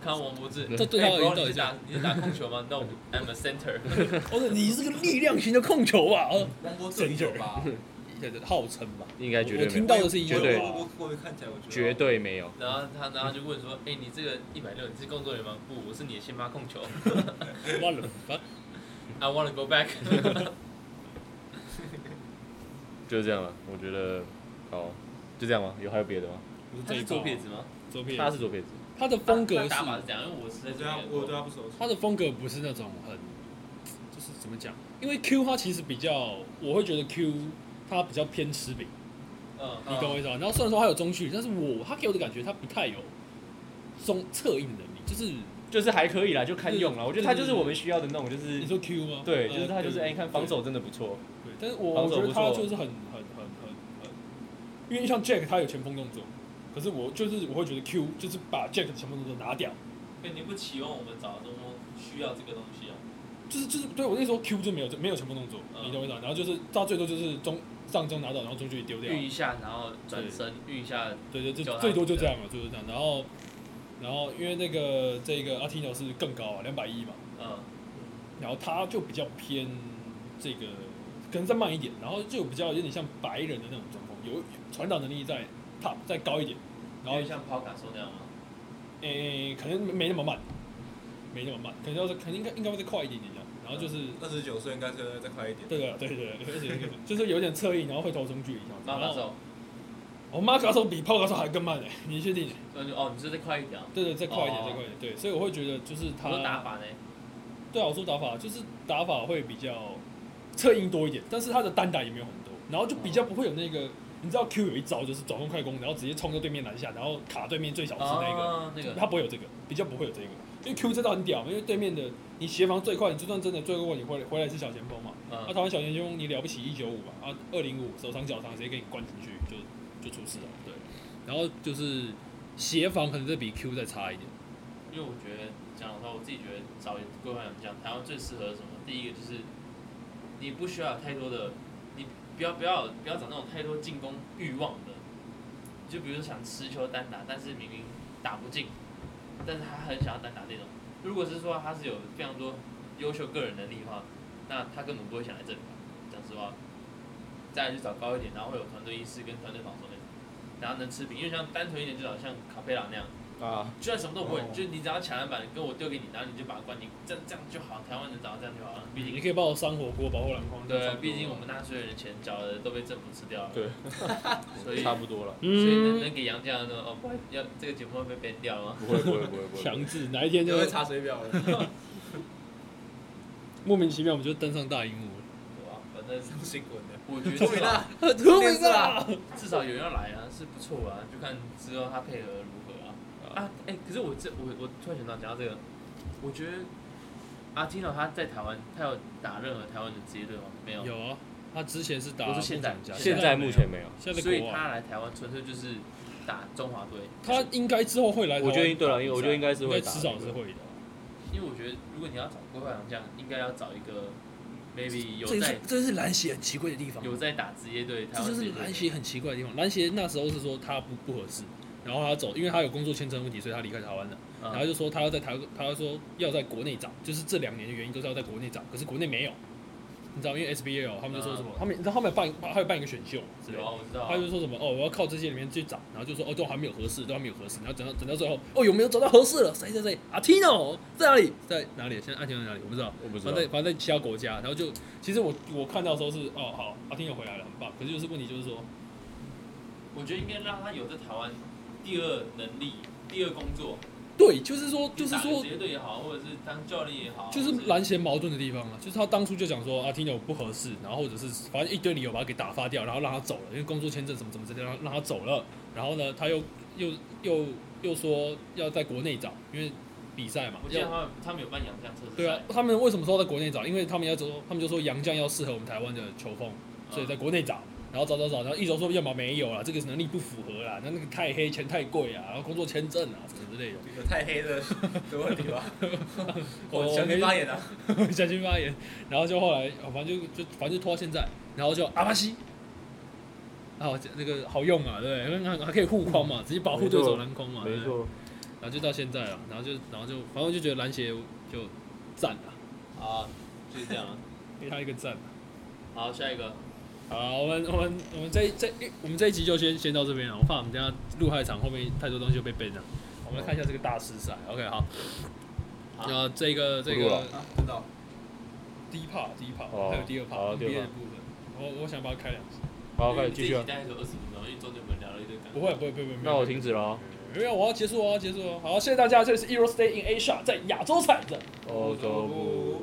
B: 看到王柏志，
A: 这对他
B: 哎
A: 而言到
B: bro，你
A: 底
B: 是
A: 是
B: 打你是打控球吗？No，I'm a center。
A: 哦，对你是个力量型的控球吧？呃，
E: 王柏志九吧，
A: 对对，号称吧，
D: 应该绝
A: 我
D: 对
A: 听
D: 没
A: 到的是一九
D: 绝对
A: 八
E: 我。我我看起来我觉得
D: 绝对没有。
B: 然后他然后就问说，哎、你这个一百六，你是工作人员吗？不，我是你的先发控球。
A: 忘呃了，反
B: I want to go back
D: 就是这样了。啊我觉得，好，就这样吗？有还有别的吗？
A: 不是
B: 他
A: 这一
B: 是
A: 炮
B: 左撇子吗？
A: 左撇
D: 他
A: 子，
D: 是左撇子，
A: 他的风格
B: 他
A: 是，
B: 打法是这样，因为我是在
E: 我
B: 这
E: 对他
B: 边
E: 我对他不熟悉，
A: 他的风格不是那种很，就是怎么讲？因为 Q 他其实比较，我会觉得 Q 他比较偏吃饼，
B: 嗯，
D: 啊
A: 你懂我意思吧？然后虽然说他有中距离，但是我他给我的感觉他不太有中策应能力，就是
D: 就是还可以啦，就堪用啦。
A: 嗯
D: 我觉得他就是我们需要的那种，就
A: 你
D: 是
A: 说 Q 吗？
D: 对，
A: 呃
D: 就是他就是哎，你看防。
A: 对
D: 守真的不错，
A: 对，但是我我
D: 防守
A: 觉得
D: 不
A: 他
D: 错
A: 就是很很很很很，因为像 Jack 他有前锋动作，可是我就是我会觉得 Q 就是把 Jack 的前锋动作拿掉，
B: 哎你不期望我们找中锋需要这个东西啊？
A: 就是就是对我那时候 Q 就没有没有前锋动作，
B: 嗯
D: 啊
A: 你懂我意思吧？然后就是到最多就是中上中拿到，然后中距离丢掉，
B: 运一下，然后转身，运一下，
A: 啊对对，就
B: 叫他
A: 最多就这样了，最多就这样。然后然后因为那个这个阿提诺是更高啊，两百一嘛，
B: 嗯，
A: 然后他就比较偏这个，可能再慢一点，然后就比较有点像白人的那种中锋，有传导能力再 top 再高一点，然
B: 然
A: 后
B: 后像抛卡说那样吗？
A: 诶、可能没那么慢，没那么慢，可能要是可能应该应该会再快一点点这样，然后就是。
E: 二十九岁应该是再快一点。
A: 对啊对对对对，而且就是有点侧翼，然后会投中距离这样子。
B: 妈
A: 然
B: 妈
A: 后
B: 手，
A: 我妈卡手比炮卡手还更慢哎、你确定？
B: 所以就哦，你是再快一点啊。
A: 对对，再快一点，
B: 哦
A: 再快一点。对，所以我会觉得就是他
B: 我说打法呢？
A: 对啊，我说打法就是打法会比较侧应多一点，但是他的单打也没有很多，然后就比较不会有那个，你知道 Q 有一招就是转攻快攻，然后直接冲到对面篮下，然后卡对面最小是那个，
B: 哦，那个
A: 他不会有这个，比较不会有这个，因为 Q 这招很屌，因为对面的你协防最快，你就算真的最后你回来回来是小前锋嘛，那、
B: 嗯，
A: 台湾小前锋你了不起一九五嘛，啊二零五手长脚长直接给你灌进去就就出事了，对，然后就是协防可能再比 Q 再差一点，
B: 因为我觉得讲的话，我自己觉得找规划讲，台湾最适合什么？第一个就是你不需要有太多的，你不要不要不要找那种太多进攻欲望的，就比如说想持球单打，但是明明打不进，但是他很想要单打那种。如果是说他是有非常多优秀个人能力的话，那他根本不会想来这里吧。讲实话，再来去找高一点，然后会有团队意识跟团队防守那种，然后能吃饼，因为像单纯一点就好像卡佩拉那样。
D: 啊，
B: 居然什么都不会，
E: 哦
B: 就是你只要抢篮板跟我丢给你，然后你就把它灌进，这样这样就好。台湾人找到这样就好了，毕
A: 你
B: 竟
A: 可以帮我上火锅保护篮筐，嗯这样差不
B: 对，
A: 多
B: 毕竟
A: 了
B: 我们纳税人的钱缴的都被政府吃掉了，
D: 对，
B: 所以
D: 差
B: 所
D: 不
A: 嗯
D: 多了，
B: 以能能给杨绛的那种哦，不会要这个节目会被 ban 掉吗？
D: 不会不会不会不会
A: 强。制哪一天
E: 你
A: 就
E: 会查水表的，
A: 莫名其妙我们就登上大荧幕 了。
B: 对吧？反正
E: 新闻的。
B: 我觉得
E: 聪
B: 至
E: 明
B: 少
E: 啊，
A: 聪
E: 明啊！
B: 至少有人要来啊，是不错啊，就看之后他配合如何啊。啊，哎、可是我这我我突然想到讲到这个，我觉得阿基诺他在台湾，他有打任何台湾的职业队吗？没有，
A: 有啊，他之前是打
B: 不是现在
A: 梦想家
D: 现在目前没有，
A: 现在
B: 所
A: 在
B: 以
A: 国啊外，
B: 他来台湾纯粹就是打中华队。
A: 他应该之后会来台湾
D: 我
A: 打
D: 觉
A: 比赛。
D: 得对了，因为我觉得应该是
A: 应
D: 会
A: 该
D: 打
A: 迟早是会的。
B: 因为我觉得如果你要找郭海洋这样，应该要找一个 maybe 有
A: 这就是
B: 在
A: 这就是篮协很奇怪的地方，
B: 有在打职业队，台
A: 这
B: 湾
A: 就
B: 职
A: 是
B: 业队
A: 篮协很奇怪的地方。篮协那时候是说他不不合适，然后他走，因为他有工作签证问题，所以他离开台湾了。
B: 嗯
A: 然后就说他要在台，他说要在国内找，就是这两年的原因都是要在国内找，可是国内没有，你知道，因为 SBL 哦他们就说什么，他们你知道他们有办他有办一个选秀嘛之类
B: 嗯
A: 的，
B: 有啊，我知道啊
A: 他。就说什么哦，我要靠这些里面去找，然后就说哦，都还没有合适，都还没有合适，然后等到等到最后，哦，有没有找到合适了？谁谁谁，阿 Tino 在哪里？在哪里？现在阿 Tino 在哪里？我不知道。
D: 我不知
A: 反
D: 道
A: 正。反正在其他国家，然后就其实我我看到的时候是哦好，阿 Tino 回来了，很棒。可是就是问题就是说，
B: 我觉得应该让他有在台湾第二能力、第二工作，
A: 对，就是说就是
B: 打个
A: 说
B: 职业队也好，或者是当教练也好，
A: 就是篮协矛盾的地方啊，就是他当初就讲说阿 Tino 不合适，然后或者是反正一堆理由把他给打发掉，然后让他走了，因为工作签证什么什么之类的，让让他走了。然后呢，他又又又又说要在国内找，因为比赛嘛
B: 我，记得
A: 要
B: 他们他们有办洋将测试赛
A: 对啊，，他
B: 啊
A: 们为什么说在国内找？因为他们要说他们就说杨绛要适合我们台湾的球风，所以在国内找。然后找找找，然后一周说要么没有啦，这个能力不符合啦，那那个太黑，钱太贵啊，然后工作签证啊什么之类的。
E: 有太黑的的问题吧？
A: 我
E: 我强
A: 没
E: 行发言啊！
A: 小心发言，然后就后来，哦反正就就反正就拖到现在，然后就阿巴西，啊，我这那个好用啊，对不对，因为还还可以护框嘛，直接保护对手篮筐嘛，对不对，
D: 错，
A: 然后就到现在了，然后就然后就反正就觉得篮协就赞了，
C: 啊，就是这样啊。
A: 给他一个赞。
B: 好，下一个，
A: 好，啊我们我们我们这一这一我们这一集就先先到这边了，我怕我们等一下录太长，后面太多东西就被 ban 了。我们来看一下这个大师赛，OK，好。
B: 好
A: 那这个这
D: 不录了
A: 个
E: 啊，知道。
A: 第一 part 第一 part，、
D: 哦
A: 还有第二 part
D: 好
A: NBA
D: 第二 part
A: 的部分，我我想把它开两集。
D: 好，开始继续啊。
B: 大概只有二十五秒，因为中间我们聊了一堆感
A: 不会不会不会不会，
D: 那我停止了哦。
A: 没有，我要结束，我要结束了。好，谢谢大家，这里是 Euro Stay in Asia，在亚洲踩着。
D: 欧洲部。